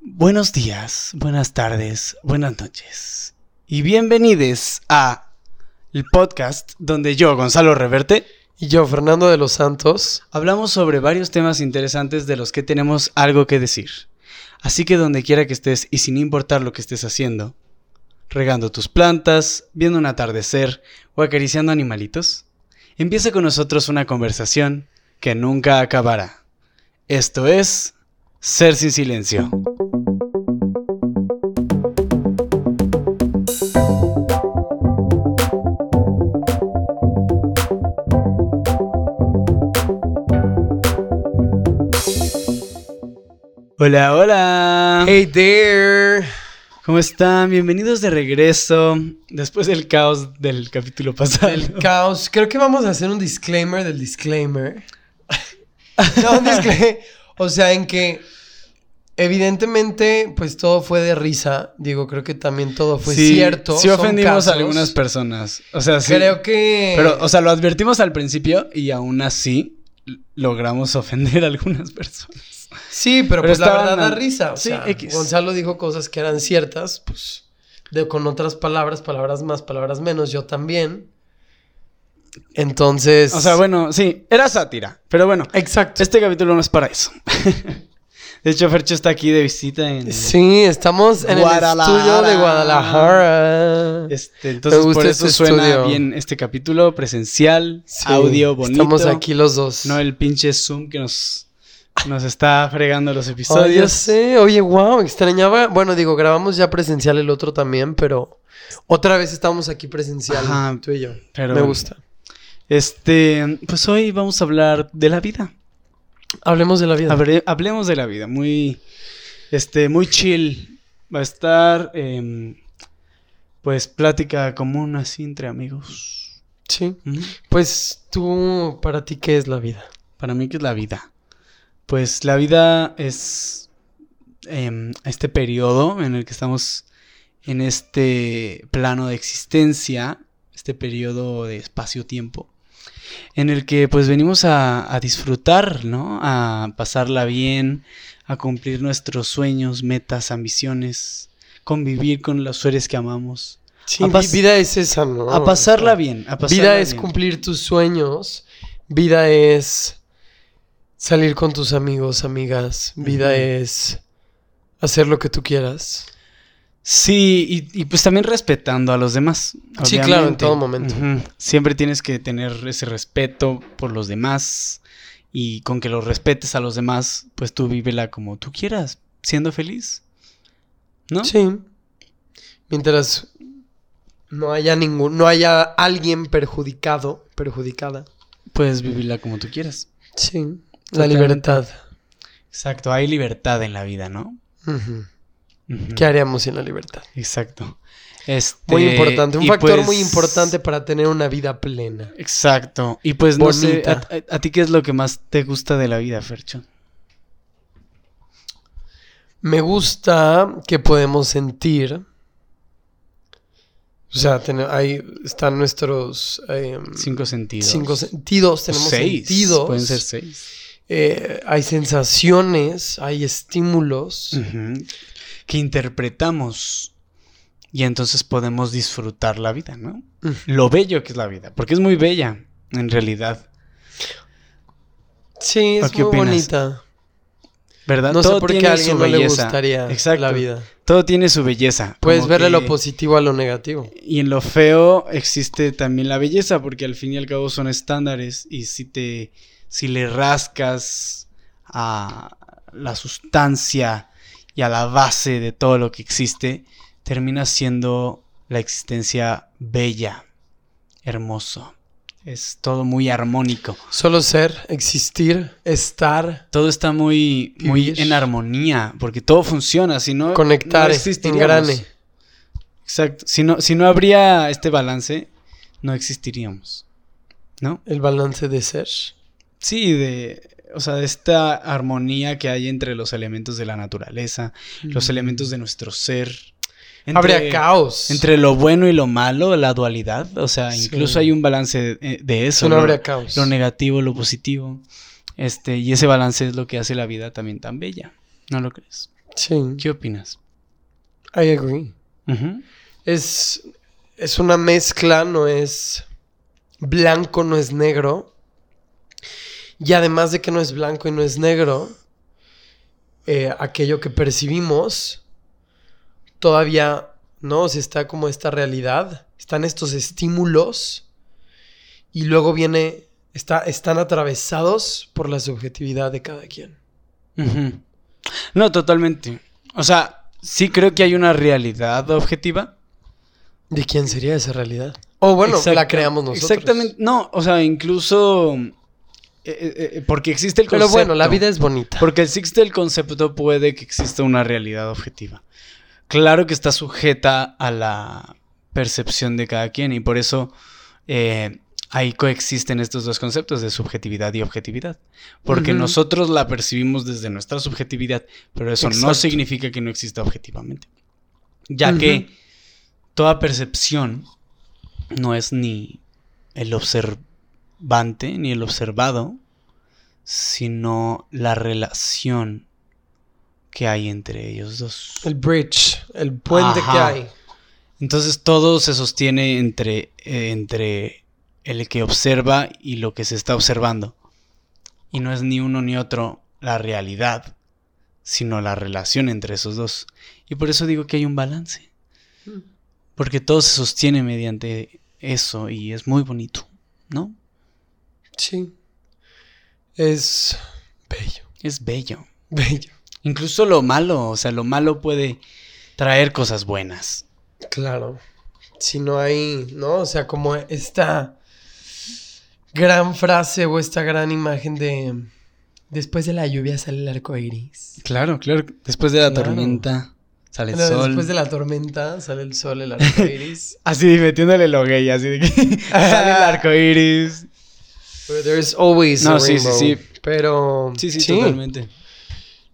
Buenos días, buenas tardes, buenas noches. Y bienvenidos a el podcast donde yo, Gonzalo Reverte, Y yo, Fernando de los Santos. hablamos sobre varios temas interesantes de los que tenemos algo que decir. Así que donde quiera que estés y sin importar lo que estés haciendo, regando tus plantas, viendo un atardecer o acariciando animalitos, empieza con nosotros una conversación que nunca acabará. Esto es Ser sin Silencio. Hola, hola. Hey there. ¿Cómo están? Bienvenidos de regreso después del caos del capítulo pasado. El caos. Creo que vamos a hacer un disclaimer del disclaimer. No, un disclaimer. O sea, en que evidentemente, pues todo fue de risa. Digo, creo que también todo fue Sí, pues, cierto. Sí Son ofendimos casos. a algunas personas. O sea, sí. Creo que. Pero, o sea, lo advertimos al principio y aún así l- logramos ofender a algunas personas. sí, pero, pero pues la estaban verdad da al- risa. O Sí, sea, X. Gonzalo dijo cosas que eran ciertas, pues. De, con otras palabras, palabras más, palabras menos. Yo también. Entonces. O sea, bueno, sí, era sátira. Pero bueno, Exacto. este capítulo no es para eso. De hecho, Fercho está aquí de visita en... Sí, estamos en el Guadalajara. estudio de Guadalajara. Este, entonces, gusta por eso este suena estudio. bien este capítulo presencial, Sí, audio bonito. Estamos aquí los dos. No el pinche Zoom que nos, nos está fregando los Oh, ya episodios. sé. Oye, wow, extrañaba. Bueno, digo, grabamos ya presencial el otro también, pero otra vez estamos aquí presencial, Ajá, tú y yo. pero Me bueno. gusta. Este, pues hoy vamos a hablar de la vida. Hablemos de la vida. Habre- hablemos de la vida, muy, este, muy chill. Va a estar, em, pues, plática común así entre amigos. Sí. ¿Mm? Pues tú, para ti, ¿qué es la vida? Para mí, ¿qué es la vida? Pues la vida es em, este periodo en el que estamos en este plano de existencia, este periodo de espacio-tiempo, en el que pues venimos a, a disfrutar, ¿no? A pasarla bien, a cumplir nuestros sueños, metas, ambiciones, convivir con los seres que amamos, Sí, A vi- pas- vida es esa, ¿no? a O sea, pasarla bien, a pasarla Oh, Vida es bien. cumplir tus sueños. Vida es salir con tus amigos, amigas. Vida Ujú. es hacer lo que tú quieras. Sí, y, y pues también respetando a los demás. Sí, claro, en obviamente. todo momento. Ujú. Siempre tienes que tener ese respeto por los demás y con que los respetes a los demás, pues tú vívela como tú quieras, siendo feliz. ¿No? Sí. Mientras no haya ningún, no haya alguien perjudicado, perjudicada. Puedes vivirla como tú quieras. Sí. La Totalmente. libertad. Exacto, hay libertad en la vida, ¿no? Ujú. Ujú. ¿Qué haríamos sin la libertad? Exacto. Este, Muy importante, un y factor pues- muy importante para tener una vida plena. Exacto. Y pues no sé, Bonita. a- a- ¿a ti qué es lo que más te gusta de la vida, Fercho? Me gusta que podemos sentir. O sea, ten- ahí están nuestros eh, Cinco sentidos. cinco sentidos. Tenemos seis, sentidos. Pueden ser seis. Eh, hay sensaciones, hay estímulos. Mm. Que interpretamos y entonces podemos disfrutar la vida, ¿no? Ujú. Lo bello que es la vida, porque es muy bella, en realidad. Sí, ¿O es qué muy opinas? bonita. ¿Verdad? No sé Todo por qué tiene a alguien su no le belleza. gustaría Exacto. la vida. Todo tiene su belleza. Puedes como verle que- lo positivo a lo negativo. Y en lo feo existe también la belleza, porque al fin y al cabo son estándares. Y si te. si le rascas a la sustancia y a la base de todo lo que existe, termina siendo la existencia bella, hermoso. Es todo muy armónico. Solo ser, existir, estar, Todo está muy, muy Vivir. en armonía, porque todo funciona. Si no, conectar, no en existiríamos. grane. Exacto. Si no, si no habría este balance, no existiríamos. ¿No? El balance de ser. Sí, de. O sea, de esta armonía que hay entre los elementos de la naturaleza, los elementos de nuestro ser. Entre, Habría caos. Entre lo bueno y lo malo, la dualidad. O sea, Sí. incluso hay un balance de, eh, de eso. Si no ¿no? habría caos. Lo negativo, lo positivo. Este, y ese balance es lo que hace la vida también tan bella. ¿No lo crees? Sí. ¿Qué opinas? I agree. Ujú. Es, es una mezcla, no es blanco, no es negro. Y además de que no es blanco y no es negro, eh, aquello que percibimos todavía, ¿no? O sea, está como esta realidad, están estos estímulos y luego viene, está, están atravesados por la subjetividad de cada quien. Ujú. No, totalmente. O sea, sí creo que hay una realidad objetiva. ¿De quién sería esa realidad? O bueno, la Exacta- creamos nosotros. Exactamente. No, o sea, incluso. eh, eh, eh, porque existe el Pero concepto. bueno, la vida es bonita. Porque existe el concepto, puede que exista una realidad objetiva. Claro que está sujeta a la percepción de cada quien y por eso eh, ahí coexisten estos dos conceptos de subjetividad y objetividad. Porque Ujú. nosotros la percibimos desde nuestra subjetividad, pero eso no Exacto. significa que no exista objetivamente. Ya Ujú. que toda percepción no es ni el observante ni el observado, sino la relación que hay entre ellos dos. El bridge, el puente Ajá. que hay. Entonces todo se sostiene entre, eh, entre el que observa y lo que se está observando. Y no es ni uno ni otro la realidad, sino la relación entre esos dos. Y por eso digo que hay un balance, porque todo se sostiene mediante eso y es muy bonito, ¿no? Sí. Es bello, Es bello. bello. Incluso lo malo, o sea, lo malo puede traer cosas buenas. Claro. Si no hay, ¿no? O sea, como esta gran frase o esta gran imagen de después de la lluvia sale el arco iris. Claro, claro. Después de la Claro. tormenta sale el No, sol. Después de la tormenta sale el sol, el arco iris. Así de metiéndole lo gay, así de que sale el arco iris. Where there's always a No, sí, sí, rainbow. sí. Pero Sí, sí, totalmente.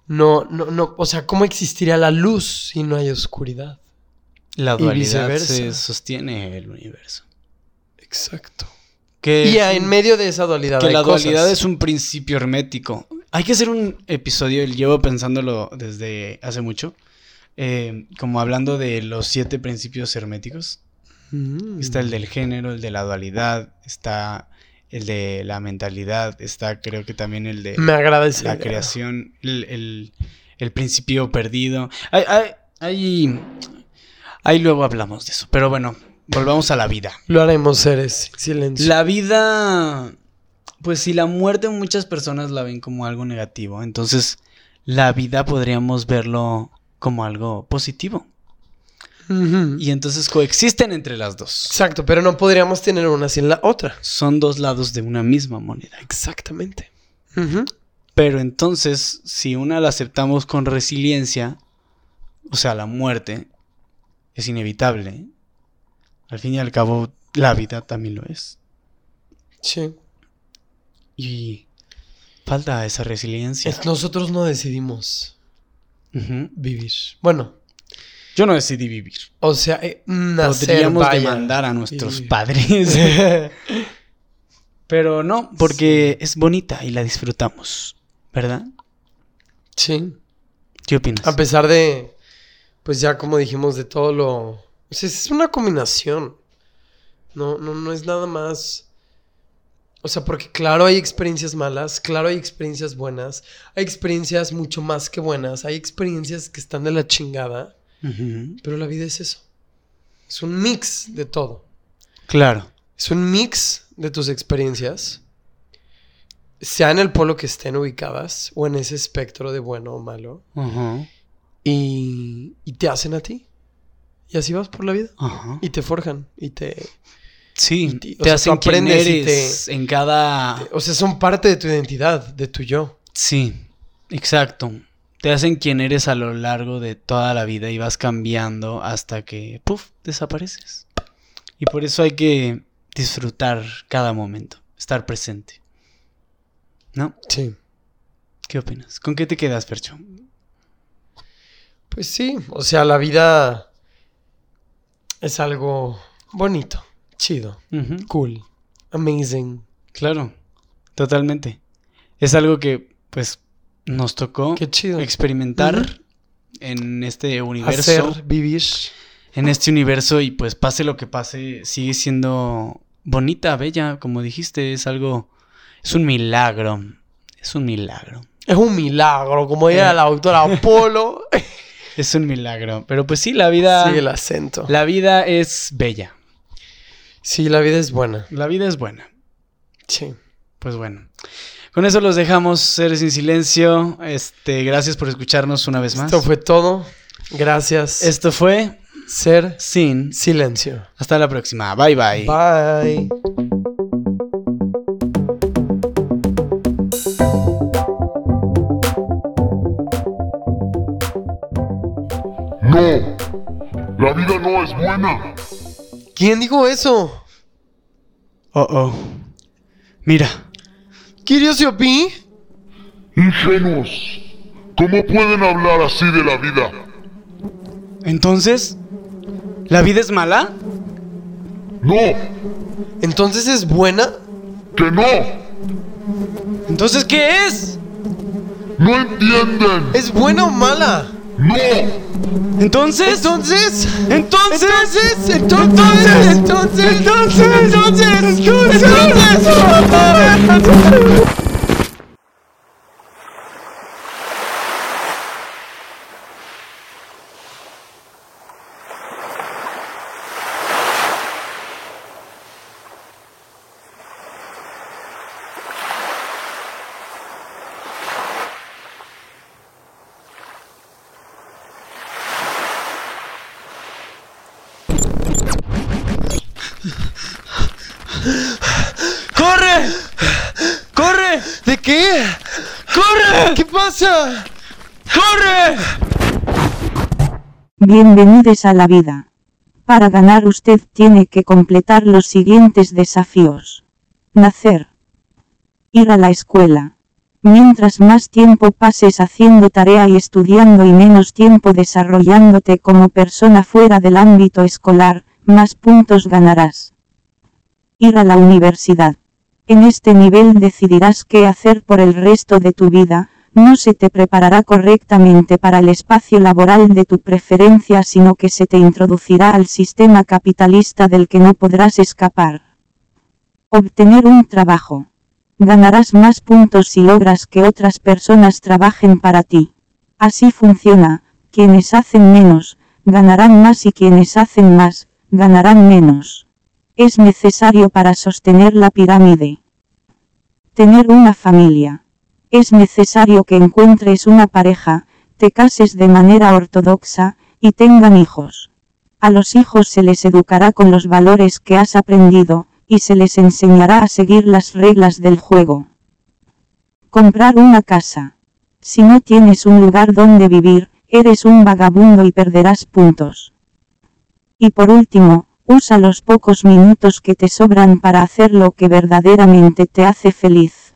No, no, no, o sea, ¿cómo existiría la luz si no hay oscuridad? La Y dualidad se viceversa. sostiene el universo. Exacto. Que, Y en medio de esa dualidad. que hay la cosas. dualidad es un principio hermético. Hay que hacer un episodio, llevo pensándolo desde hace mucho, eh, como hablando de los siete principios herméticos. Mm. Está el del género, el de la dualidad, está el de la mentalidad, está creo que también el de Me agrada esa la idea. creación, el, el- el principio perdido. Hay, hay, hay- ahí luego hablamos de eso, pero bueno, volvamos a la vida. Lo haremos seres. Silencio. La vida, pues si la muerte muchas personas la ven como algo negativo, entonces la vida podríamos verlo como algo positivo. Ujú. Y entonces coexisten entre las dos. Exacto, pero no podríamos tener una sin la otra. Son dos lados de una misma moneda. Exactamente. Ujú. Pero entonces, si una la aceptamos con resiliencia, o sea, la muerte es inevitable. Al fin y al cabo, la vida también lo es. Sí. Y falta esa resiliencia. Es- Nosotros no decidimos Ujú. vivir. Bueno, Yo no decidí vivir. o sea, eh, nacer, Podríamos vaya. demandar a nuestros Y- padres. Pero no, porque es bonita y la disfrutamos, ¿verdad? sí. ¿Qué opinas? A pesar de, pues ya como dijimos, de todo lo... o sea, es una combinación. No, no, no es nada más... O sea, porque claro hay experiencias malas, claro hay experiencias buenas, hay experiencias mucho más que buenas, hay experiencias que están de la chingada, Ujú. pero la vida es eso. Es un mix de todo. Claro. Es un mix de tus experiencias, sea en el polo que estén ubicadas o en ese espectro de bueno o malo Ujú. y, y te hacen a ti. Y así vas por la vida. Ajá. Y te forjan. Y te, Sí, Y ti- te o sea, tú hacen quien aprendes y eres en cada... O sea, son parte de tu identidad, de tu yo. Sí, exacto. Te hacen quien eres a lo largo de toda la vida y vas cambiando hasta que, puff, desapareces. Y por eso hay que disfrutar cada momento, estar presente. ¿No? Sí. ¿Qué opinas? ¿Con qué te quedas, Percho? Pues sí. O sea, la vida es algo bonito, chido, Ujú, cool, amazing. Claro, totalmente. Es algo que, pues, nos tocó Qué chido. experimentar Ujú. en este universo. Hacer, vivir. En este universo y pues pase lo que pase, sigue siendo bonita, bella, como dijiste, es algo, es un milagro, es un milagro, Es un milagro, como Eh. era la doctora Apolo. es un milagro. Pero pues sí, la vida, Sigue el acento. la vida es bella, Sí, la vida es buena. la vida es buena. Sí. Pues bueno, con eso los dejamos, seres sin silencio. Este, gracias por escucharnos una vez más. Esto fue todo. Gracias. Esto fue ser Sin. silencio. Hasta la próxima. Bye bye. Bye. No, la vida no es buena. ¿Quién dijo eso? Oh oh. Mira. ¿Kiriosiopi? Ingenuos, ¿cómo pueden hablar así de la vida? Entonces, ¿la vida es mala? No, ¿Entonces es buena? que no, Entonces, ¿qué es? no entienden. ¿Es buena o mala? No. Entonces, Entonces. entonces, Entonces, entonces, entonces, entonces, entonces, entonces. corre, corre, ¿De qué? corre, ¿Qué pasa? corre. Bienvenidos a la vida. Para ganar usted tiene que completar los siguientes desafíos. Nacer. Ir a la escuela. Mientras más tiempo pases haciendo tarea y estudiando y menos tiempo desarrollándote como persona fuera del ámbito escolar, más puntos ganarás. Ir a la universidad. En este nivel decidirás qué hacer por el resto de tu vida, no se te preparará correctamente para el espacio laboral de tu preferencia, sino que se te introducirá al sistema capitalista del que no podrás escapar. Obtener un trabajo. Ganarás más puntos si logras que otras personas trabajen para ti. Así funciona, quienes hacen menos, ganarán más y quienes hacen más, ganarán menos. Es necesario para sostener la pirámide. Tener una familia es necesario que encuentres una pareja, te cases de manera ortodoxa, y tengan hijos. A los hijos se les educará con los valores que has aprendido, y se les enseñará a seguir las reglas del juego. Comprar una casa. Si no tienes un lugar donde vivir, eres un vagabundo y perderás puntos. Y por último, usa los pocos minutos que te sobran para hacer lo que verdaderamente te hace feliz.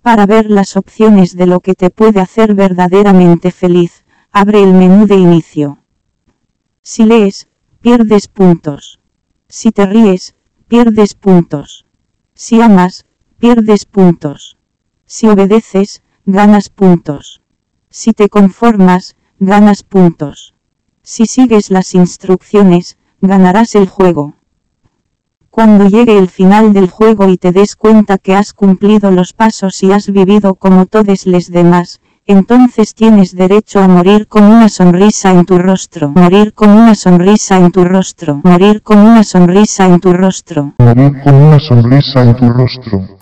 Para ver las opciones de lo que te puede hacer verdaderamente feliz, abre el menú de inicio. Si lees, pierdes puntos. Si te ríes, pierdes puntos. Si amas, pierdes puntos. Si obedeces, ganas puntos. Si te conformas, ganas puntos. Si sigues las instrucciones, ganarás el juego. Cuando llegue el final del juego y te des cuenta que has cumplido los pasos y has vivido como todos los demás, entonces tienes derecho a morir con una sonrisa en tu rostro. Morir con una sonrisa en tu rostro. Morir con una sonrisa en tu rostro. Morir con una sonrisa en tu rostro.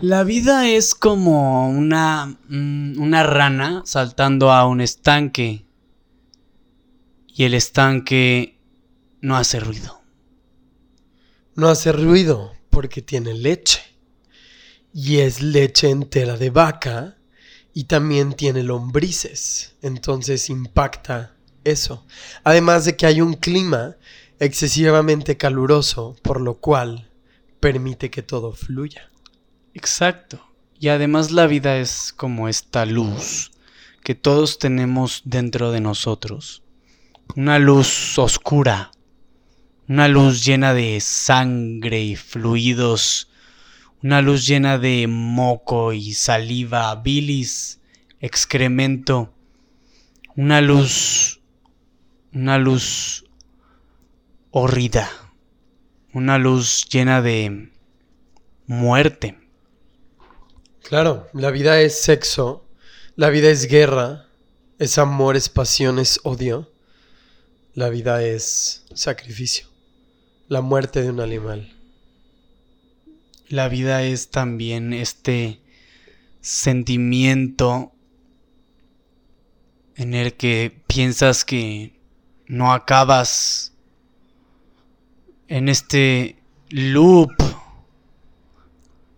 La vida es como una, mm, una rana saltando a un estanque. Y el estanque no hace ruido. No hace ruido porque tiene leche. Y es leche entera de vaca. Y también tiene lombrices. Entonces impacta eso. Además de que hay un clima excesivamente caluroso, por lo cual permite que todo fluya. Exacto. Y además la vida es como esta luz que todos tenemos dentro de nosotros. Una luz oscura. Una luz llena de sangre y fluidos. Una luz llena de moco y saliva, bilis, excremento. Una luz. Una luz horrida. Una luz llena de muerte. Claro, la vida es sexo, la vida es guerra, es amor, es pasión, es odio. La vida es sacrificio, la muerte de un animal. La vida es también este sentimiento en el que piensas que no acabas en este loop,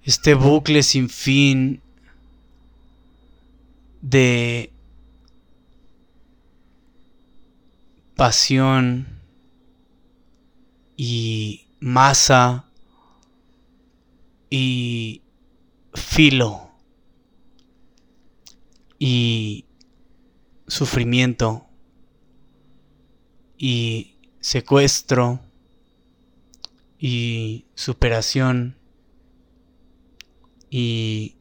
este bucle sin fin de pasión y masa y filo y sufrimiento y secuestro y superación y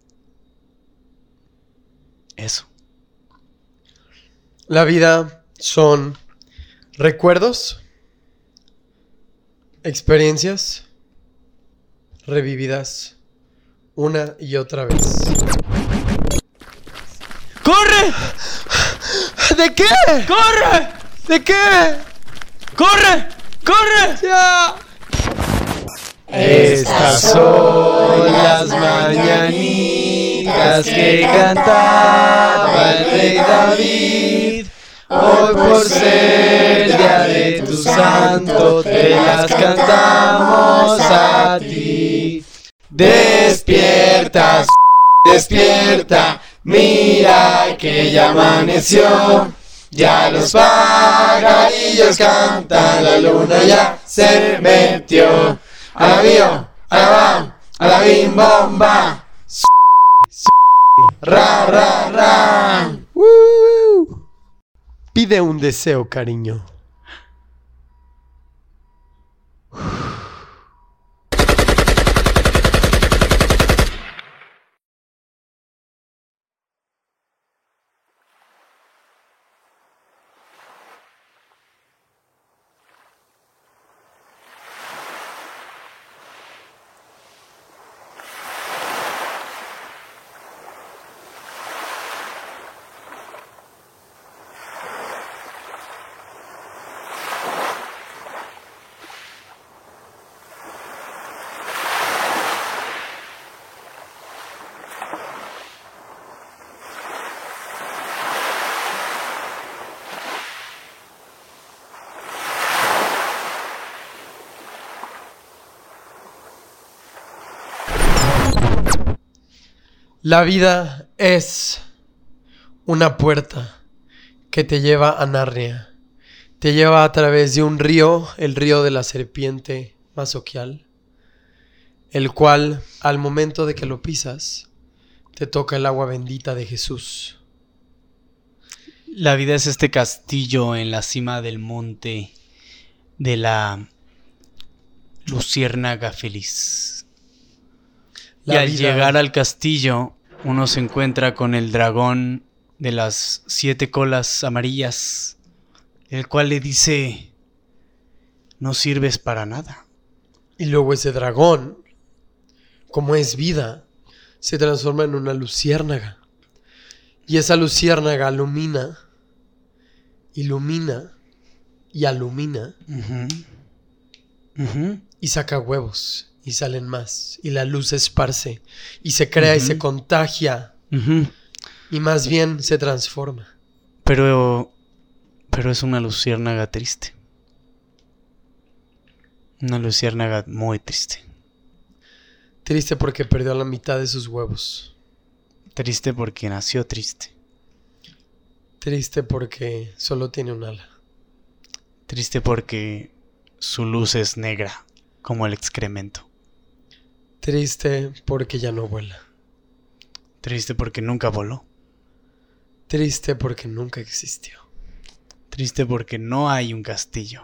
eso. La vida son recuerdos, experiencias revividas una y otra vez. ¡Corre! ¿De qué? ¡Corre! ¿De qué? ¡Corre! ¡Corre! Ya. Estas son las mañanitas que cantaba el rey David. Hoy por ser día de tu santo te las cantamos a ti. Despiertas, despierta, mira que ya amaneció. Ya los pajarillos cantan, la luna ya se metió. A la bio, a la bam, a la bim bomba. Ra, ra, ra. Pide un deseo, cariño. La vida es una puerta que te lleva a Narnia. Te lleva a través de un río, el río de la serpiente masoquial, el cual al momento de que lo pisas, te toca el agua bendita de Jesús. La vida es este castillo en la cima del monte de la luciérnaga feliz. La y al vida- llegar al castillo, uno se encuentra con el dragón de las siete colas amarillas, el cual le dice, no sirves para nada. Y luego ese dragón, como es vida, se transforma en una luciérnaga. Y esa luciérnaga alumina, ilumina y alumina Ujú. Ujú. y saca huevos y salen más. Y la luz se esparce y se crea y Ujú. se contagia Ujú. y más bien se transforma. Pero. Pero es una luciérnaga triste. Una luciérnaga muy triste. Triste porque perdió la mitad de sus huevos. Triste porque nació triste. Triste porque solo tiene un ala. Triste porque su luz es negra, como el excremento. Triste porque ya no vuela. Triste porque nunca voló. Triste porque nunca existió. Triste porque no hay un castillo.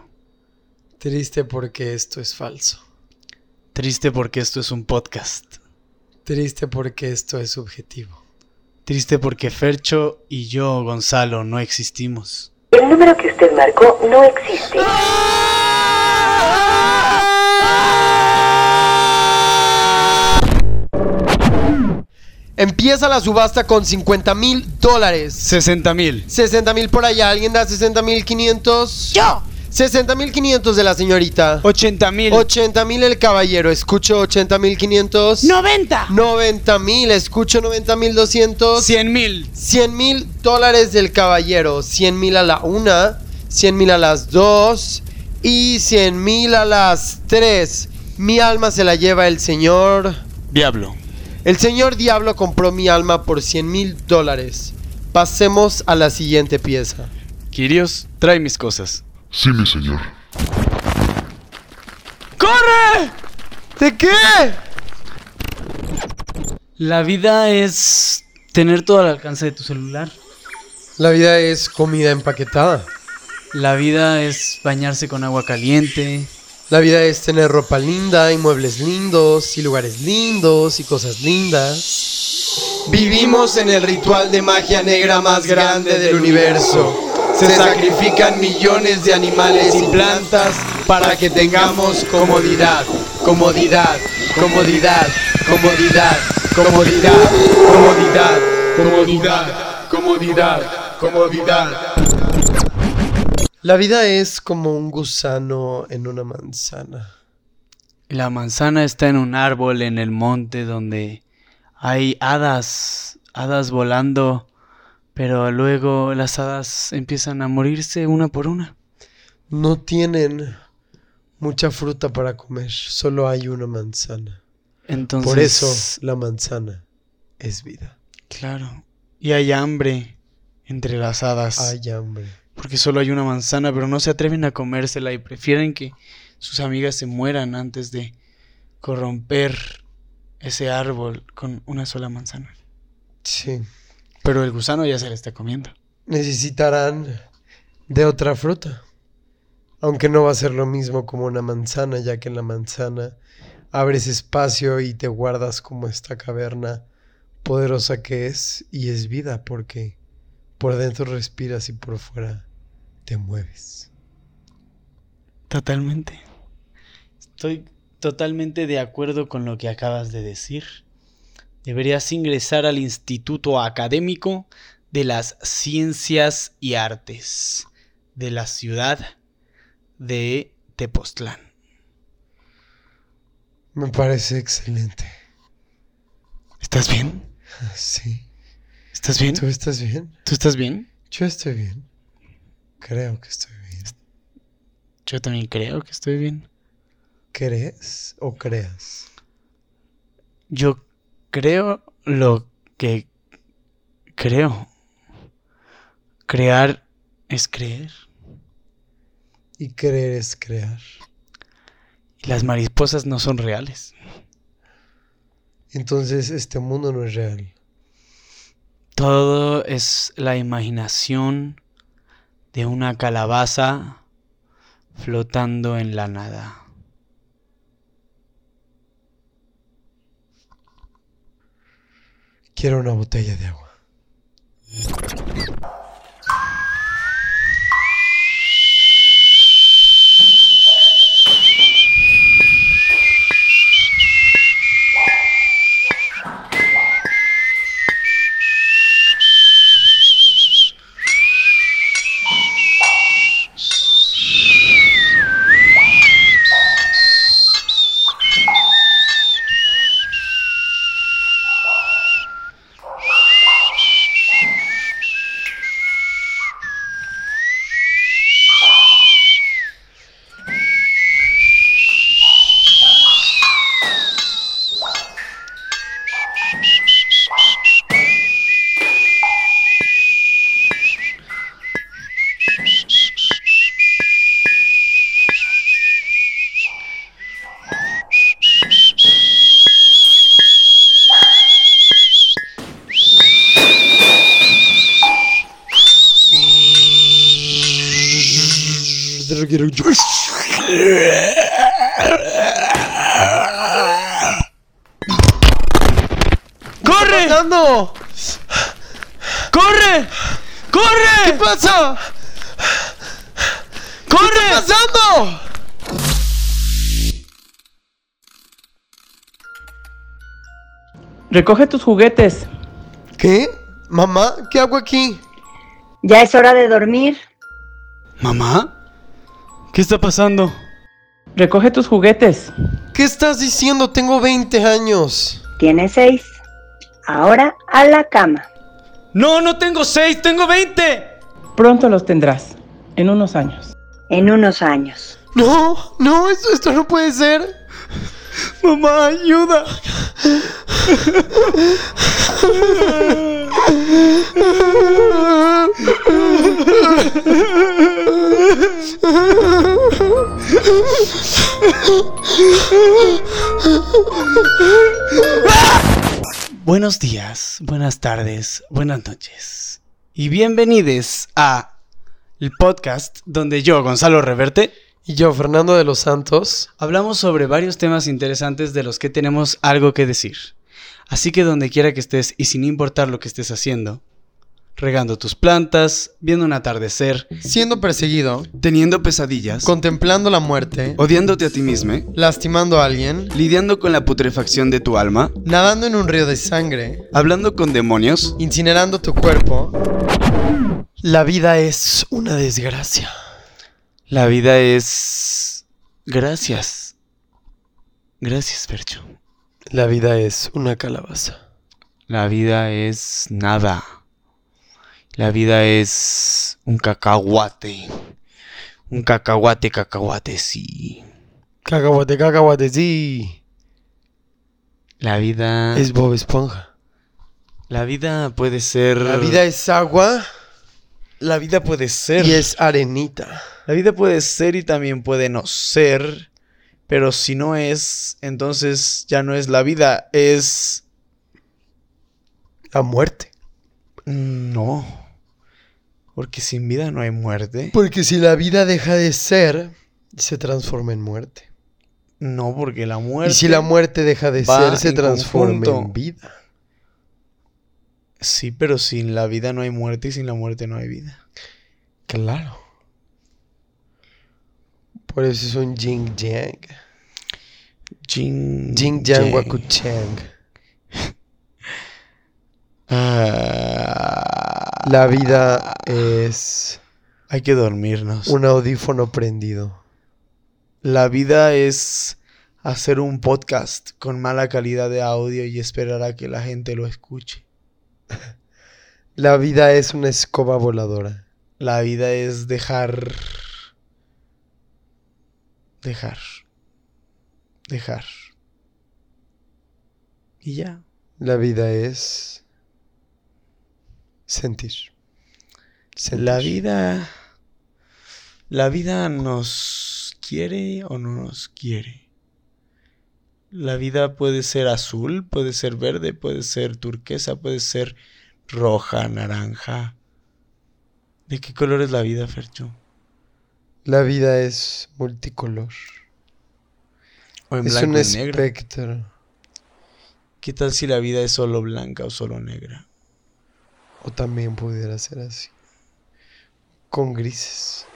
Triste porque esto es falso. Triste porque esto es un podcast. Triste porque esto es subjetivo. Triste porque Fercho y yo, Gonzalo, no existimos. El número que usted marcó no existe. Empieza la subasta con 50 mil dólares. 60 mil. 60 mil por allá. ¿Alguien da 60 mil 500? ¡Yo! 60 mil 500 de la señorita. 80 mil. 80 mil el caballero. Escucho 80 mil 500. 90. 90 mil. Escucho 90 mil 200. 100 mil. 100 mil dólares del caballero, 100 mil a la una, 100 mil a las dos y 100 mil a las tres. Mi alma se la lleva el señor. Diablo. El señor Diablo compró mi alma por 100 mil dólares. Pasemos a la siguiente pieza. Kirios, trae mis cosas. Sí, mi señor. ¡Corre! ¿De qué? La vida es tener todo al alcance de tu celular. La vida es comida empaquetada. La vida es bañarse con agua caliente. La vida es tener ropa linda y muebles lindos y lugares lindos y cosas lindas. Vivimos en el ritual de magia negra más grande del universo. Se sacrifican millones de animales y plantas para que tengamos comodidad, comodidad, comodidad, comodidad, comodidad, comodidad, comodidad, comodidad, comodidad. La vida es como un gusano en una manzana. La manzana está en un árbol en el monte donde hay hadas, hadas volando, pero luego las hadas empiezan a morirse una por una. No tienen mucha fruta para comer, solo hay una manzana. Entonces, Por eso la manzana es vida. claro. Y hay hambre entre las hadas. Hay hambre. Porque solo hay una manzana, pero no se atreven a comérsela y prefieren que sus amigas se mueran antes de corromper ese árbol con una sola manzana. Sí. Pero el gusano ya se la está comiendo. Necesitarán de otra fruta. Aunque no va a ser lo mismo como una manzana, ya que en la manzana abres espacio y te guardas como esta caverna poderosa que es y es vida porque por dentro respiras y por fuera te mueves. Totalmente. Estoy totalmente de acuerdo con lo que acabas de decir. Deberías ingresar al Instituto Académico de las Ciencias y Artes de la ciudad de Tepoztlán. Me parece excelente. ¿Estás bien? Sí. ¿Estás bien? ¿Tú estás bien? ¿Tú estás bien? Yo estoy bien. Creo que estoy bien. Yo también creo que estoy bien. ¿Crees o creas? Yo creo lo que creo. Crear es creer. Y creer es crear. Y las mariposas no son reales. Entonces este mundo no es real. Todo es la imaginación de una calabaza flotando en la nada. Quiero una botella de agua. ¡Corre! ¡Fernando! ¡Corre! ¡Corre! ¿Qué pasa? ¿Qué ¡Corre! está pasando? Recoge tus juguetes. ¿Qué? Mamá, ¿qué hago aquí? Ya es hora de dormir. ¿Mamá? ¿Qué está pasando? Recoge tus juguetes. ¿Qué estás diciendo? Tengo 20 años. Tiene seis. Ahora a la cama. No, no tengo seis, tengo 20. Pronto los tendrás. En unos años. En unos años. No, no, esto, esto no puede ser. Mamá, ayuda. Buenos días, buenas tardes, buenas noches. Y bienvenidos a el podcast donde yo, Gonzalo Reverte, Y yo, Fernando de los Santos. Hablamos sobre varios temas interesantes de los que tenemos algo que decir. Así que donde quiera que estés y sin importar lo que estés haciendo, regando tus plantas, viendo un atardecer, Siendo perseguido, teniendo pesadillas, contemplando la muerte, odiándote a ti mismo, lastimando a alguien, lidiando con la putrefacción de tu alma, nadando en un río de sangre, hablando con demonios, incinerando tu cuerpo. La vida es una desgracia. la vida es... Gracias. Gracias, Percho. La vida es una calabaza. La vida es nada. La vida es un cacahuate. Un cacahuate, cacahuate, sí. Cacahuate, cacahuate, sí. La vida. Es Bob Esponja. La vida puede ser. La vida es agua La vida puede ser. y es arenita. La vida puede ser y también puede no ser. Pero si no es, entonces ya no es la vida. Es. La muerte. mm, No. Porque sin vida no hay muerte. Porque si la vida deja de ser, se transforma en muerte. No, porque la muerte. y si la muerte deja de va ser, se en transforma en conjunto. vida. Sí, pero sin la vida no hay muerte y sin la muerte no hay vida. Claro. Por eso es un yin yang. Jing. Yin yang wakuchang. La vida es Ah. Hay que dormirnos. un audífono prendido. La vida es hacer un podcast con mala calidad de audio y esperar a que la gente lo escuche. La vida es una escoba voladora. La vida es dejar. Dejar. Dejar. Y ya. La vida es sentir. Sentir. La vida. La vida nos quiere o no nos quiere. La vida puede ser azul, puede ser verde, puede ser turquesa, puede ser roja, naranja. ¿De qué color es la vida, Fercho? La vida es multicolor. O en Es blanco un y negro. espectro. ¿Qué tal si la vida es solo blanca o solo negra? O también pudiera ser así. Con grises.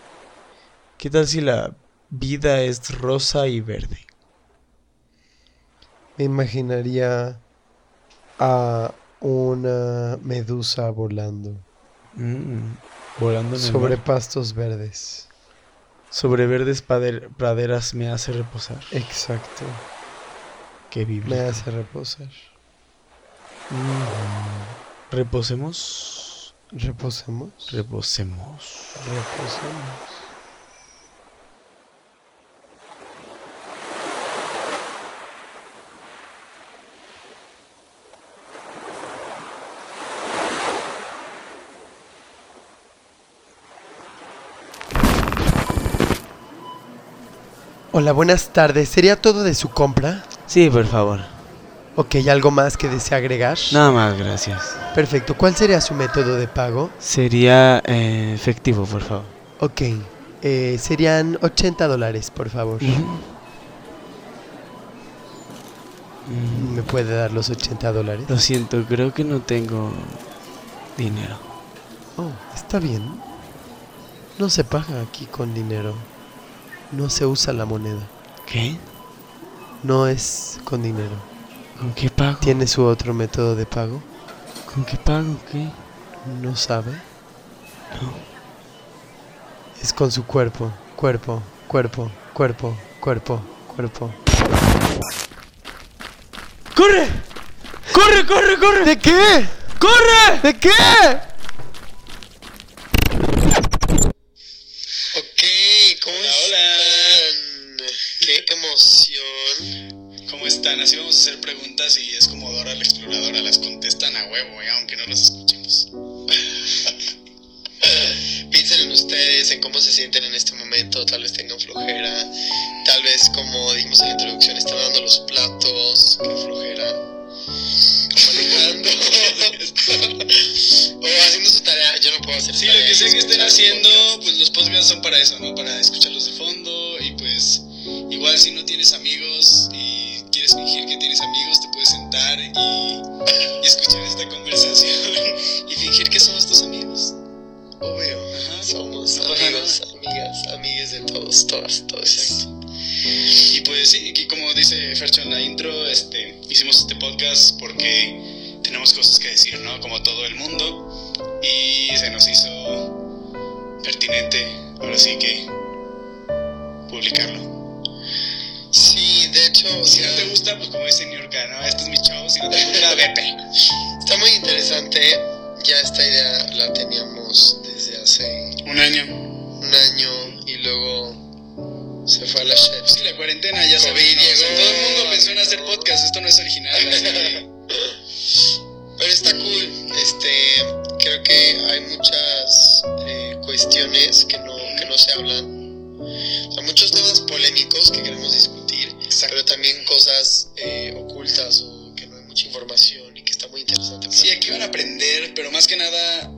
¿Qué tal si la vida es rosa y verde? Me imaginaría a una medusa volando Mm, volando en el sobre mar. pastos verdes. sobre verdes pader- praderas me hace reposar. Exacto. Qué Me bíblico. hace reposar. Reposemos. Reposemos. Reposemos. Reposemos. Hola, buenas tardes. ¿Sería todo de su compra? Sí, por favor. Ok, ¿algo más que desea agregar? Nada más, gracias. Perfecto. ¿Cuál sería su método de pago? Sería eh, efectivo, por favor. Ok, eh, serían 80 dólares, por favor. Mm, ¿Me puede dar los 80 dólares? Lo siento, creo que no tengo dinero. Oh, está bien. No se paga aquí con dinero. No se usa la moneda. ¿Qué? No es con dinero. ¿Con qué pago? ¿Tiene su otro método de pago? ¿Con qué pago? ¿Qué? ¿No sabe? Es con su cuerpo, cuerpo, cuerpo, cuerpo, cuerpo, cuerpo. ¡Corre! ¡Corre, corre, corre! ¿De qué? ¡Corre! ¿De qué? Ok, ¿cómo están? ¡Qué emoción! ¿Cómo están? Así vamos a hacer preguntas y es como Dora la exploradora, las contestan a huevo, ¿eh? aunque no las escuchemos. Piensen en ustedes, en cómo se sienten en este momento, tal vez tengan flojera, tal vez como dijimos en la introducción, están dando los platos, qué flojera, manejando, o haciendo su tarea, yo no puedo hacer Sí, lo tarea que y sea que estén escuchar haciendo, podcast. pues los podcasts son para eso, ¿no? Para escucharlos de fondo y pues igual si no tienes amigos y quieres fingir que tienes amigos, te puedes sentar y, y escuchar esta conversación y fingir que somos tus amigos. Obvio, Ajá. somos No pasa amigos, amigas, amigues de todos, todas, todos. Exacto. Y pues sí, y como dice Fercho en la intro, este, hicimos este podcast porque tenemos cosas que decir, ¿no? Como todo el mundo. Y se nos hizo pertinente, ahora sí que, publicarlo. Sí, de hecho, o Si no sea, te gusta, pues como dice New York, ¿no? Este es mi chavo, si no te gusta, vete. está muy interesante, ya esta idea la teníamos desde hace Un año. un año y luego se fue a la chef. Sí, la cuarentena ya se COVID ve. llegó. todo el mundo pensó en hacer podcast, esto no es original. así que- Pero está cool. Este, creo que hay muchas eh, cuestiones que no, que no se hablan. O sea, muchos temas polémicos que queremos discutir, pero también cosas eh, ocultas o que no hay mucha información y que está muy interesante. pues. Sí, aquí van a aprender, pero más que nada,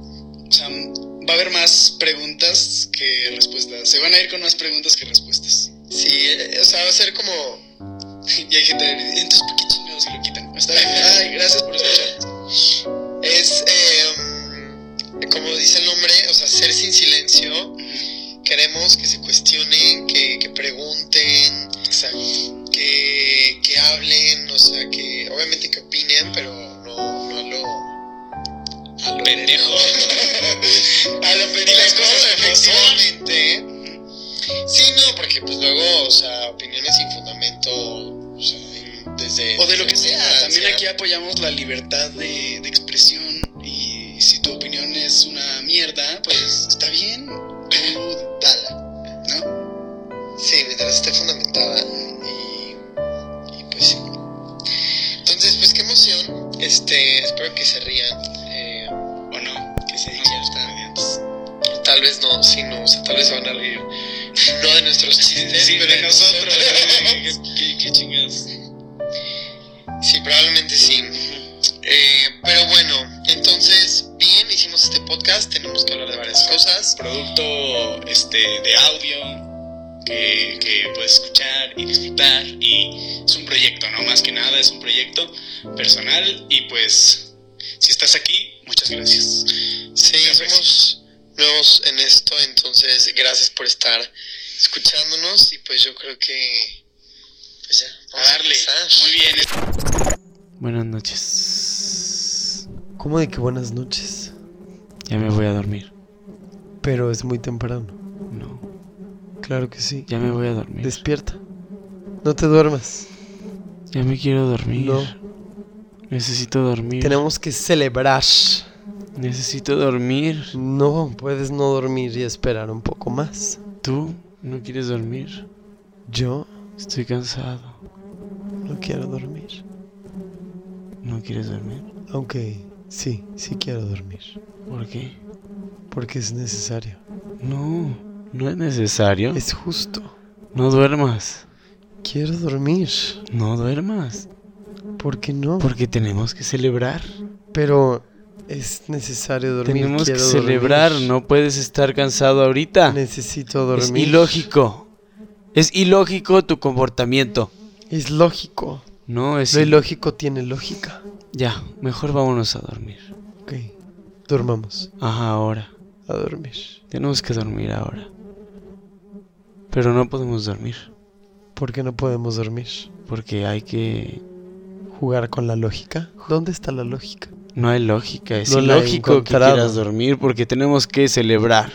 o sea, va a haber más preguntas que respuestas. Se van a ir con más preguntas que respuestas. Sí, eh, o sea, va a ser como... Y hay gente, entonces, ¿por qué chingados se lo quitan? Está bien, Ay, gracias por escuchar. Es, eh, mm, como dice el nombre, o sea, ser sin silencio. Queremos que se cuestionen, que, que pregunten, que, que hablen, o sea, que obviamente que opinen, pero no, no a lo... A lo pendejo. a lo pendejo, las cosas como efectivamente. Sí, no, porque pues luego, o sea, opiniones sin fundamento, o sea, in- desde... O de lo que desde sea, también ignorancia. aquí apoyamos la libertad de, de expresión y si tu opinión es una mierda, pues está bien, tú dala, ¿no? Sí, mientras esté fundamentada y, y pues sí. Entonces, pues qué emoción. Este, espero que se rían. eh, O no, que se no somos diviertan. comediantes. Tal vez no, sí, no. O sea, tal vez se van a reír. No de nuestros chistes, Sí, pero de nosotros. ¿Qué- ¿Qué, qué chingados? sí, probablemente sí. Eh, pero bueno, entonces, bien, hicimos este podcast. Tenemos que hablar de varias cosas. producto este, de audio que, que puedes escuchar y disfrutar y es un proyecto, ¿no? Más que nada es un proyecto personal y pues si estás aquí, muchas gracias. Sí, Muchas somos nuevos en esto, entonces gracias por estar escuchándonos y pues yo creo que pues ya, A vamos darle. empezar. Muy bien. Buenas noches. ¿Cómo de que buenas noches? Ya me voy a dormir. Pero es muy temprano. No, Claro que sí. ya me voy a dormir. Despierta. No te duermas. ya me quiero dormir. No. Necesito dormir. Tenemos que celebrar. Necesito dormir. No, puedes no dormir y esperar un poco más. ¿Tú no quieres dormir? Yo Estoy cansado. no quiero dormir. ¿No quieres dormir? Aunque sí, sí quiero dormir. ¿Por qué? Porque es necesario. No, no es necesario. Es justo. No duermas. Quiero dormir. No duermas. ¿Por qué no? Porque tenemos que celebrar. Pero es necesario dormir. tenemos que quiero dormir. celebrar. No puedes estar cansado ahorita. Necesito Es dormir. ilógico. Es ilógico tu comportamiento. Es lógico. No, es Lo ilógico. ilógico tiene lógica. Ya, mejor vámonos a dormir. Ok. Durmamos. Ajá, ahora. A dormir. Tenemos que dormir ahora. Pero no podemos dormir. Porque no podemos dormir. Porque hay que... Jugar con la lógica. ¿Dónde está la lógica? No hay lógica. Es No la he ilógico que encontrado. quieras dormir porque tenemos que celebrar.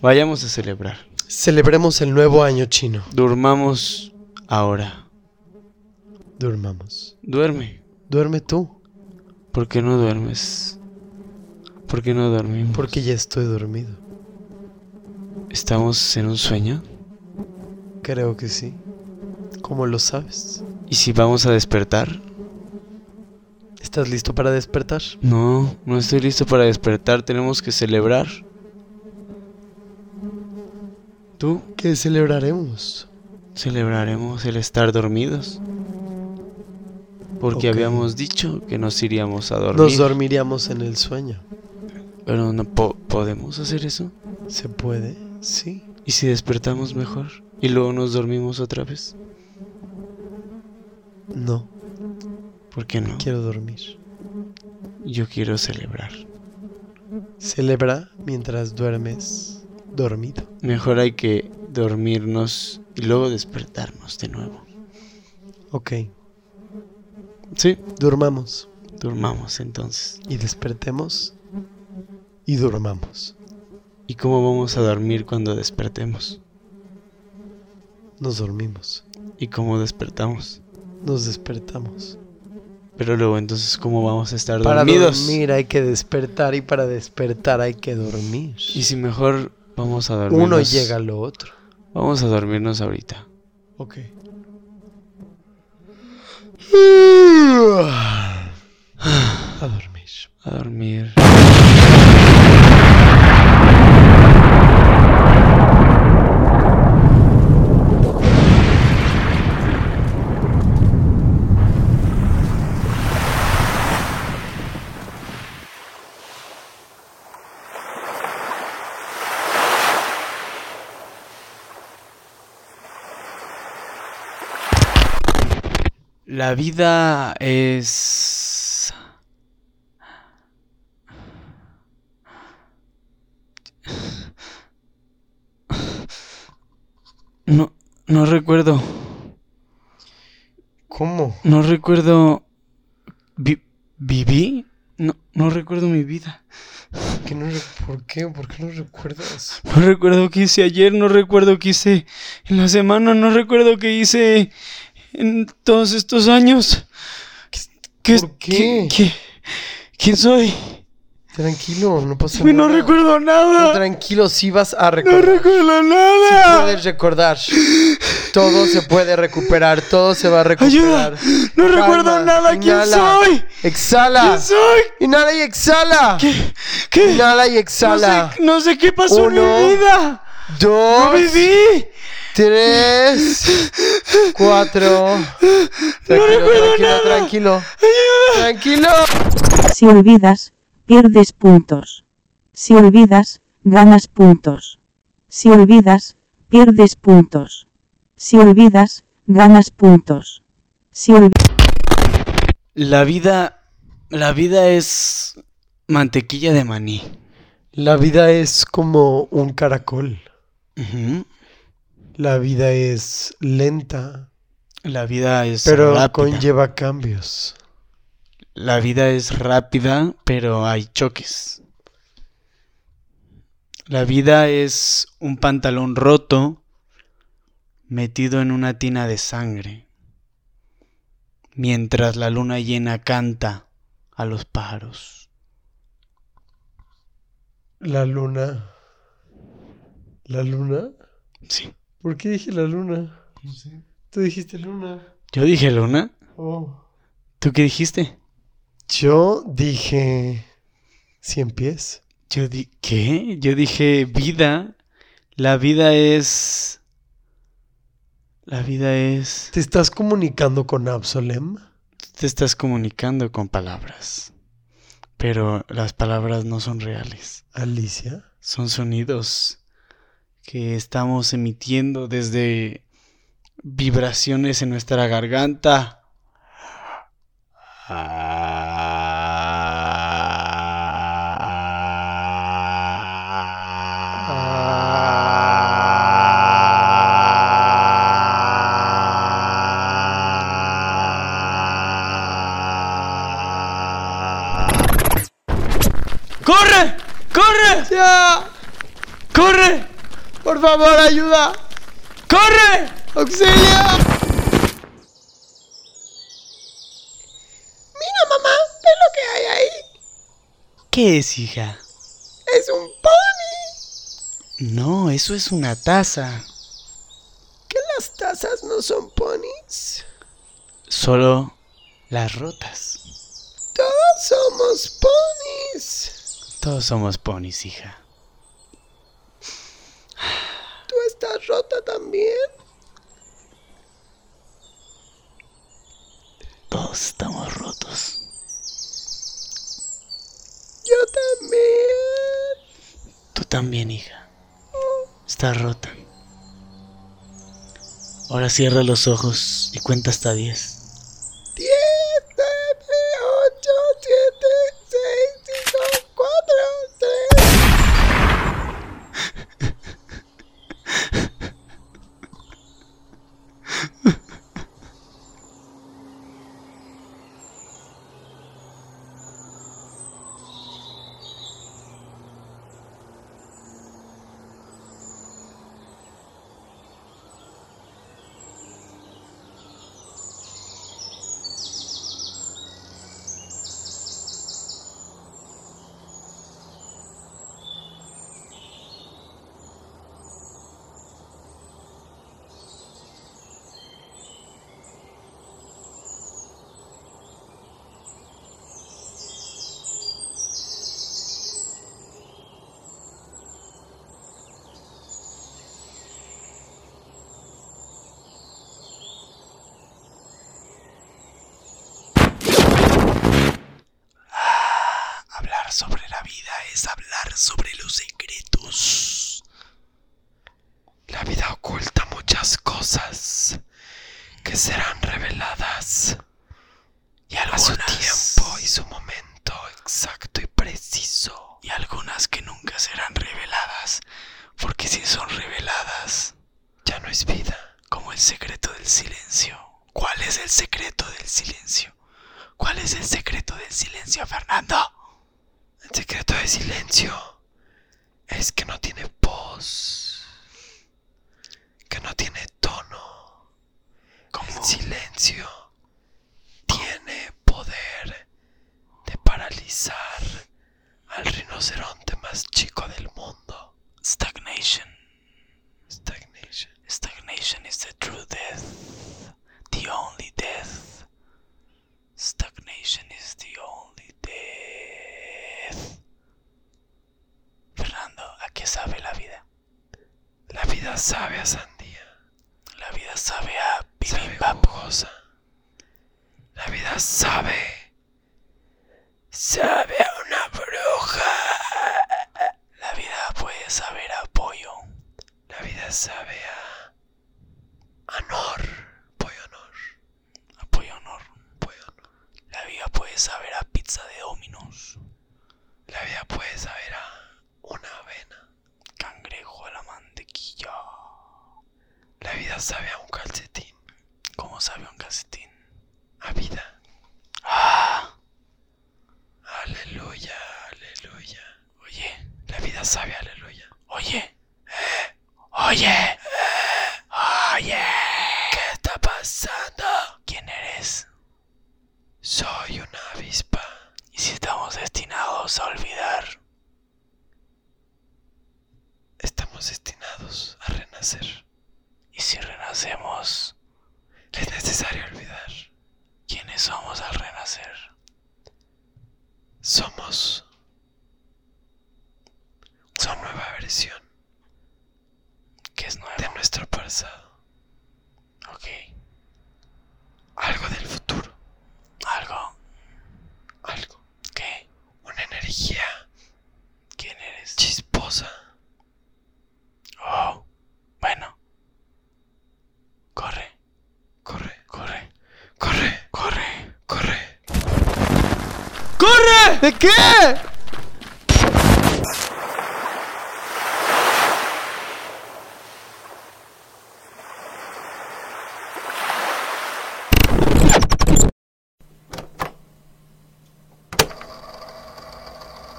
Vayamos a celebrar. Celebremos el nuevo año chino. Durmamos ahora. Durmamos. Duerme. Duerme tú. ¿Por qué no duermes? ¿Por qué no dormimos? Porque ya estoy dormido. estamos en un sueño. Creo que sí. ¿Cómo lo sabes? ¿Y si vamos a despertar? ¿Estás listo para despertar? No, no estoy listo para despertar. Tenemos que celebrar. ¿Tú? ¿Qué celebraremos? Celebraremos el estar dormidos. Porque Ok. habíamos dicho que nos iríamos a dormir. Nos dormiríamos en el sueño. Pero no po- podemos hacer eso. ¿Se puede? Sí. ¿Y si despertamos mejor? ¿Y luego nos dormimos otra vez? No. ¿Por qué no? Quiero dormir. Yo quiero celebrar. Celebra mientras duermes dormido. Mejor hay que dormirnos y luego despertarnos de nuevo. Ok. Sí, Durmamos. durmamos entonces. Y despertemos. Y durmamos. ¿Y cómo vamos a dormir cuando despertemos? Nos dormimos. ¿Y cómo despertamos? Nos despertamos. Pero luego entonces, ¿cómo vamos a estar Para dormidos? dormir hay que despertar y para despertar hay que dormir. Y si mejor vamos a dormirnos. Uno llega a lo otro. Vamos a dormirnos ahorita. Ok. A dormir. A dormir. La vida es... No, no recuerdo. ¿Cómo? No recuerdo. vi- ¿Viví? No, no recuerdo mi vida. ¿Que no re- ¿Por qué? ¿Por qué no recuerdas? No recuerdo qué hice ayer, no recuerdo qué hice en la semana, no recuerdo qué hice en todos estos años. ¿Qué, ¿Por qué? ¿Quién soy? Tranquilo, no pasa Uy, nada. no recuerdo Tú nada. Tranquilo, sí vas a No recordar. recuerdo Sí nada. puedes recordar. Todo se puede recuperar, todo se va a recuperar. Ayuda. No recuerdo Calma, nada. ¿Quién inhala, soy? Exhala. ¿Quién soy? Inhala y exhala. ¿Qué? Inhala y No sé, exhala. no sé qué pasó en Uno. mi vida. Dos. ¡No viví! Tres, cuatro. Tranquilo, tranquilo, tranquilo. Tranquilo. Si olvidas, pierdes puntos. Si olvidas, ganas puntos. Si olvidas, pierdes puntos. Si olvidas, ganas puntos. Si olvidas, La vida. La vida es. mantequilla de maní. La vida es como un caracol. Ujú. La vida es lenta, La vida es pero rápida. conlleva cambios. La vida es rápida, pero hay choques. La vida es un pantalón roto metido en una tina de sangre, mientras la luna llena canta a los pájaros. La luna. ¿La luna? Sí. ¿Por qué dije la luna? Tú dijiste luna. Yo dije luna. Oh. ¿Tú qué dijiste? Yo dije cien pies. Yo di ¿qué? Yo dije vida. La vida es. La vida es. ¿Te estás comunicando con Absolem? Te estás comunicando con palabras. Pero las palabras no son reales. Alicia. Son sonidos que estamos emitiendo desde vibraciones en nuestra garganta. ¡Ya! ¡Corre! ¡Por favor, ayuda! ¡Corre! ¡Auxilio! Mira, mamá, ve lo que hay ahí. ¿Qué es, hija? Es un pony. No, eso es una taza. ¿Que las tazas no son ponies? Solo las rotas. Todos somos ponies. Todos somos ponis, hija. ¿Tú estás rota también? Todos estamos rotos. Yo también. Oh. Tú también, hija. Estás rota. Ahora cierra los ojos y cuenta hasta 10. 10, 9, 8, 7, 6, 5, 4, 3. Hablar sobre la vida es hablar sobre los secretos. La vida oculta muchas cosas que serán reveladas Y a su algunas- tiempo y su momento exacto y preciso. Y algunas que nunca serán reveladas. Porque si son reveladas, Ya no es vida. como el secreto del silencio. ¿Cuál es el secreto del silencio? ¿Cuál es el secreto del silencio, Fernando? El secreto de silencio es que no tiene voz, que no tiene tono. ¿Cómo? El silencio tiene poder de paralizar al rinoceronte más chico del mundo. Stagnation. Stagnation. Stagnation is the true death. The only death. Stagnation is the only death. Fernando, ¿a qué sabe la vida? La vida sabe a sandía, La vida sabe a sabe bibimbap. babosa. La vida sabe, sabe a una bruja. La vida puede saber a pollo. La vida sabe a honor, pollo honor, A Ah, pollo honor. pollo honor. La vida puede saber a pizza de dominos. La vida puede saber a una avena. Cangrejo a la mantequilla. La vida sabe a un calcetín, ¿Cómo sabe un calcetín? a vida. ¡Ah! Aleluya, aleluya. Oye. La vida sabe aleluya. Oye. Oye. Oye. ¿Qué está pasando? ¿Quién eres? Soy una avispa. ¿Y si estamos destinados a olvidar? Estamos destinados a renacer. ¿Y si renacemos? Es necesario olvidar. ¿Quiénes somos al renacer? Somos una nueva versión ¿Qué es nuevo? de nuestro pasado. Ok. Algo del futuro. ¿Algo? Algo. ¿Qué? Una energía ¿Quién eres? chisposa. Oh. Bueno. Corre, Corre, corre, corre, corre. corre. ¡Corre! ¿De qué?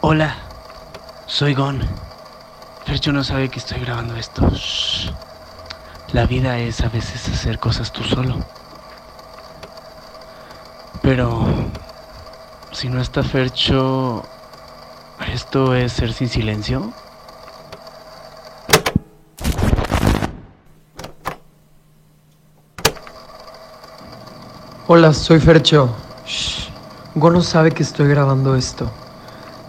Hola, Soy Gon. Fercho no sabe que estoy grabando esto. Shh. La vida es a veces hacer cosas tú solo. Pero si no está Fercho, ¿esto es ser sin silencio? Hola, soy Fercho. Shh. Gono sabe que estoy grabando esto.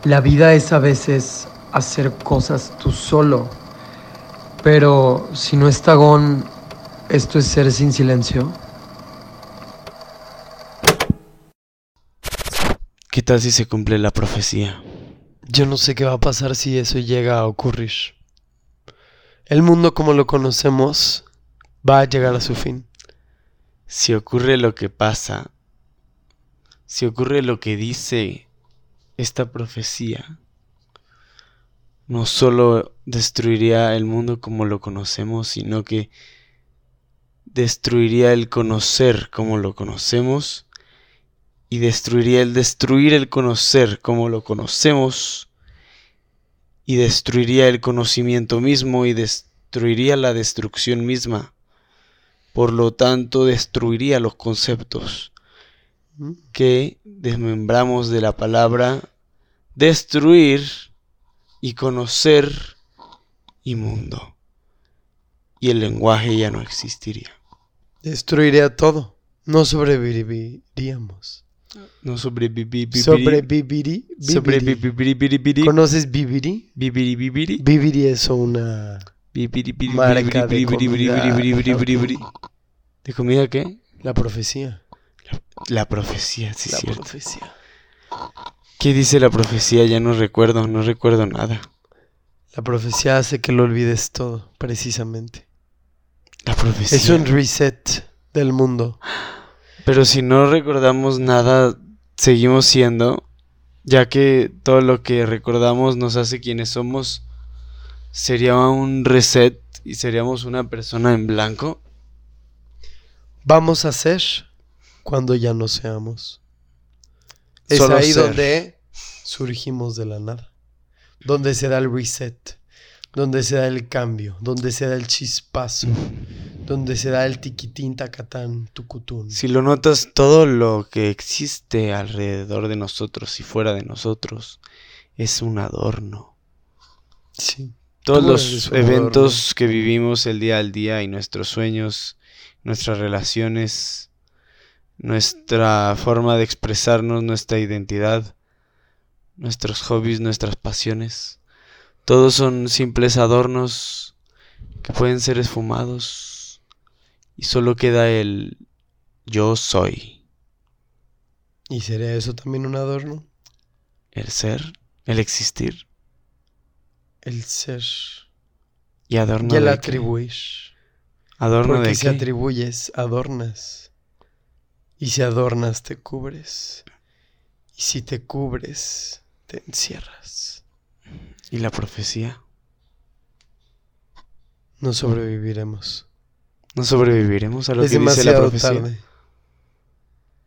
La vida es a veces hacer cosas tú solo. Pero si no está Gon, ¿esto es ser sin silencio? ¿Qué tal si se cumple la profecía? Yo no sé qué va a pasar si eso llega a ocurrir. El mundo como lo conocemos va a llegar a su fin. Si ocurre lo que pasa, si ocurre lo que dice esta profecía, no solo destruiría el mundo como lo conocemos, sino que destruiría el conocer como lo conocemos y destruiría el destruir el conocer como lo conocemos y destruiría el conocimiento mismo y destruiría la destrucción misma. Por lo tanto, destruiría los conceptos que desmembramos de la palabra destruir y conocer y mundo. Y el lenguaje ya no existiría. Destruiría todo. No sobreviviríamos. No sobrevivir. Sobreviviri. Sobrevivir. Sobrevivir. ¿Conoces Viviri? Viviri es una... Marca de comida. ¿De comida qué? La profecía. La profecía, sí, la cierto. profecía. ¿Qué dice la profecía? Ya no recuerdo, no recuerdo nada. La profecía hace que lo olvides todo, precisamente. La profecía. Es un reset del mundo. Pero si no recordamos nada, seguimos siendo, ya que todo lo que recordamos nos hace quienes somos, sería un reset y seríamos una persona en blanco. Vamos a ser cuando ya no seamos. Es Solo ahí ser. donde surgimos de la nada. Donde se da el reset. Donde se da el cambio. Donde se da el chispazo. Donde se da el tiquitín, tacatán, tucutún. Si lo notas, todo lo que existe alrededor de nosotros y fuera de nosotros es un adorno. Sí. Todos Todo los es un eventos que vivimos el día al día y nuestros sueños, nuestras relaciones, nuestra forma de expresarnos, nuestra identidad, nuestros hobbies, nuestras pasiones, todos son simples adornos que pueden ser esfumados y solo queda el yo soy, ¿Y sería eso también un adorno? el ser, el existir El ser. y adorno y el de qué? atribuir. adorno Porque de si qué? atribuyes, adornas. Y si adornas, te cubres. Y si te cubres, te encierras. y la profecía. No sobreviviremos. No sobreviviremos a lo es que dice la demasiado profecía. tarde.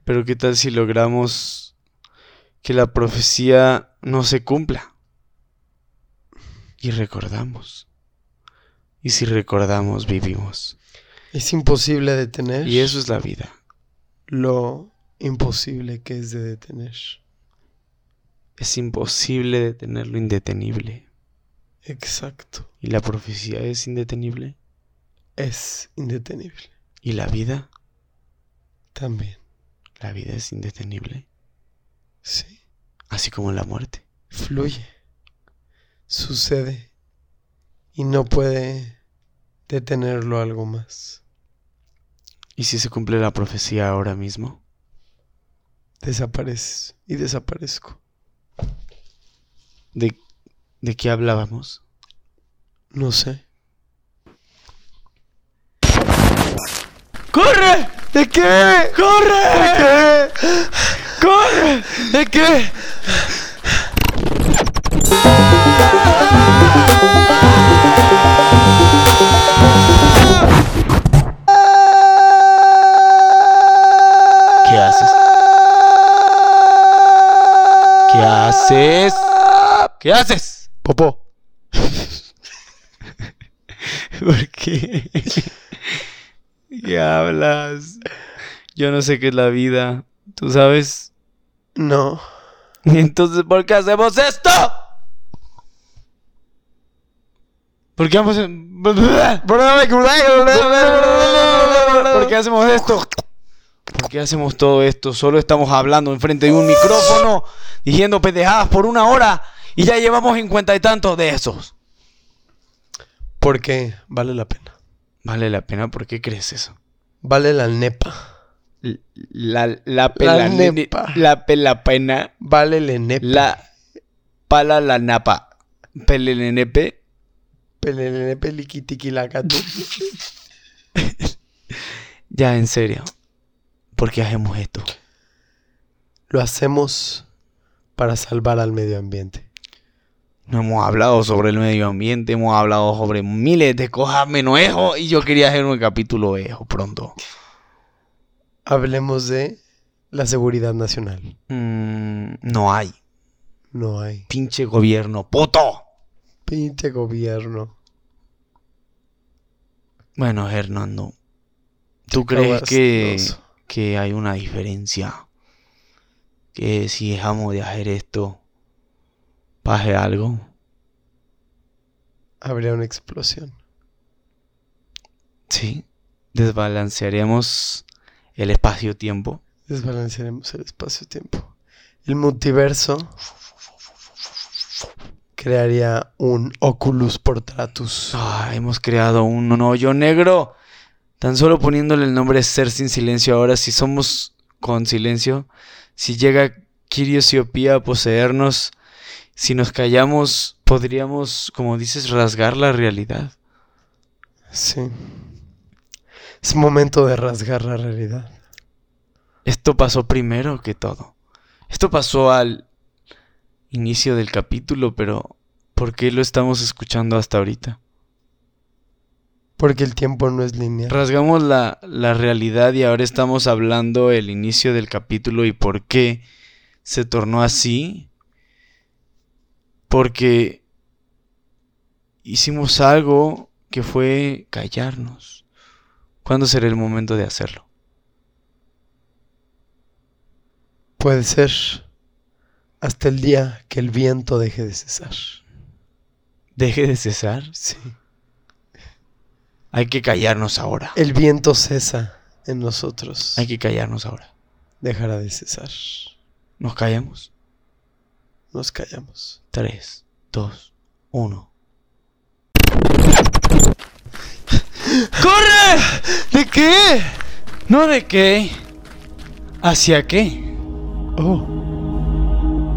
Pero qué tal si logramos que la profecía no se cumpla. Y recordamos. Y si recordamos, vivimos. Es imposible detener Y eso es la vida. lo imposible que es de detener. Es imposible detener lo indetenible. Exacto. Y la profecía es indetenible. Es indetenible. Y la vida, También. la vida es indetenible. Sí. Así como la muerte. Fluye. Sucede. Y no puede detenerlo algo más. ¿Y si se cumple la profecía ahora mismo? Desapareces. Y desaparezco. ¿De, de qué hablábamos? No sé. ¡Corre! ¿De qué? ¡Corre! ¿De qué? ¡Corre! ¿De qué? ¿Qué haces? ¿Qué haces? ¿Qué haces? Popó. ¿Por qué? ¿Qué hablas? Yo no sé qué es la vida. ¿Tú sabes? No. ¿Y entonces por qué hacemos esto? ¿Por qué vamos a- ¿Por qué hacemos esto? ¿Por qué hacemos todo esto? Solo estamos hablando enfrente de un micrófono, diciendo pendejadas por una hora y ya llevamos cincuenta y tantos de esos. Porque vale la pena. Vale la pena, ¿por qué crees eso? Vale la nepa. La, la pela, La ne- nepa. la pela pena, Vale la nepa. la pala la napa, pelelenepe, Pelelelepe, liquitiquilacatu. ya en serio, ¿por qué hacemos esto? Lo hacemos para salvar al medio ambiente. No hemos hablado sobre el medio ambiente, hemos hablado sobre miles de cosas menos eso y yo quería hacer un capítulo de eso pronto. Hablemos de la seguridad nacional. Mm, no hay, No hay. pinche gobierno, puto. Pinche gobierno. Bueno, Hernando, ¿tú Qué crees que, castroso. que hay una diferencia? Que si dejamos de hacer esto, pase algo. Habría una explosión. Sí, desbalancearíamos el espacio-tiempo. Desbalancearemos el espacio-tiempo. El multiverso crearía un Oculus Portratus. Ah, hemos creado un hoyo negro. Tan solo poniéndole el nombre Ser sin silencio ahora, si somos con silencio, si llega Quiriosiopía a poseernos, si nos callamos, podríamos, como dices, rasgar la realidad. Sí. Es momento de rasgar la realidad. Esto pasó primero que todo. Esto pasó al inicio del capítulo, pero ¿por qué lo estamos escuchando hasta ahorita? Porque el tiempo no es lineal. Rasgamos la, la realidad y ahora estamos hablando el inicio del capítulo y por qué se tornó así. Porque hicimos algo que fue callarnos. ¿Cuándo será el momento de hacerlo? Puede ser hasta el día que el viento deje de cesar. ¿Deje de cesar? Sí. Hay que callarnos ahora. El viento cesa en nosotros. Hay que callarnos ahora. Dejará de cesar. Nos callamos. Nos callamos. 3, 2, 1. ¡Corre! ¿De qué? No de qué. ¿Hacia qué? Oh.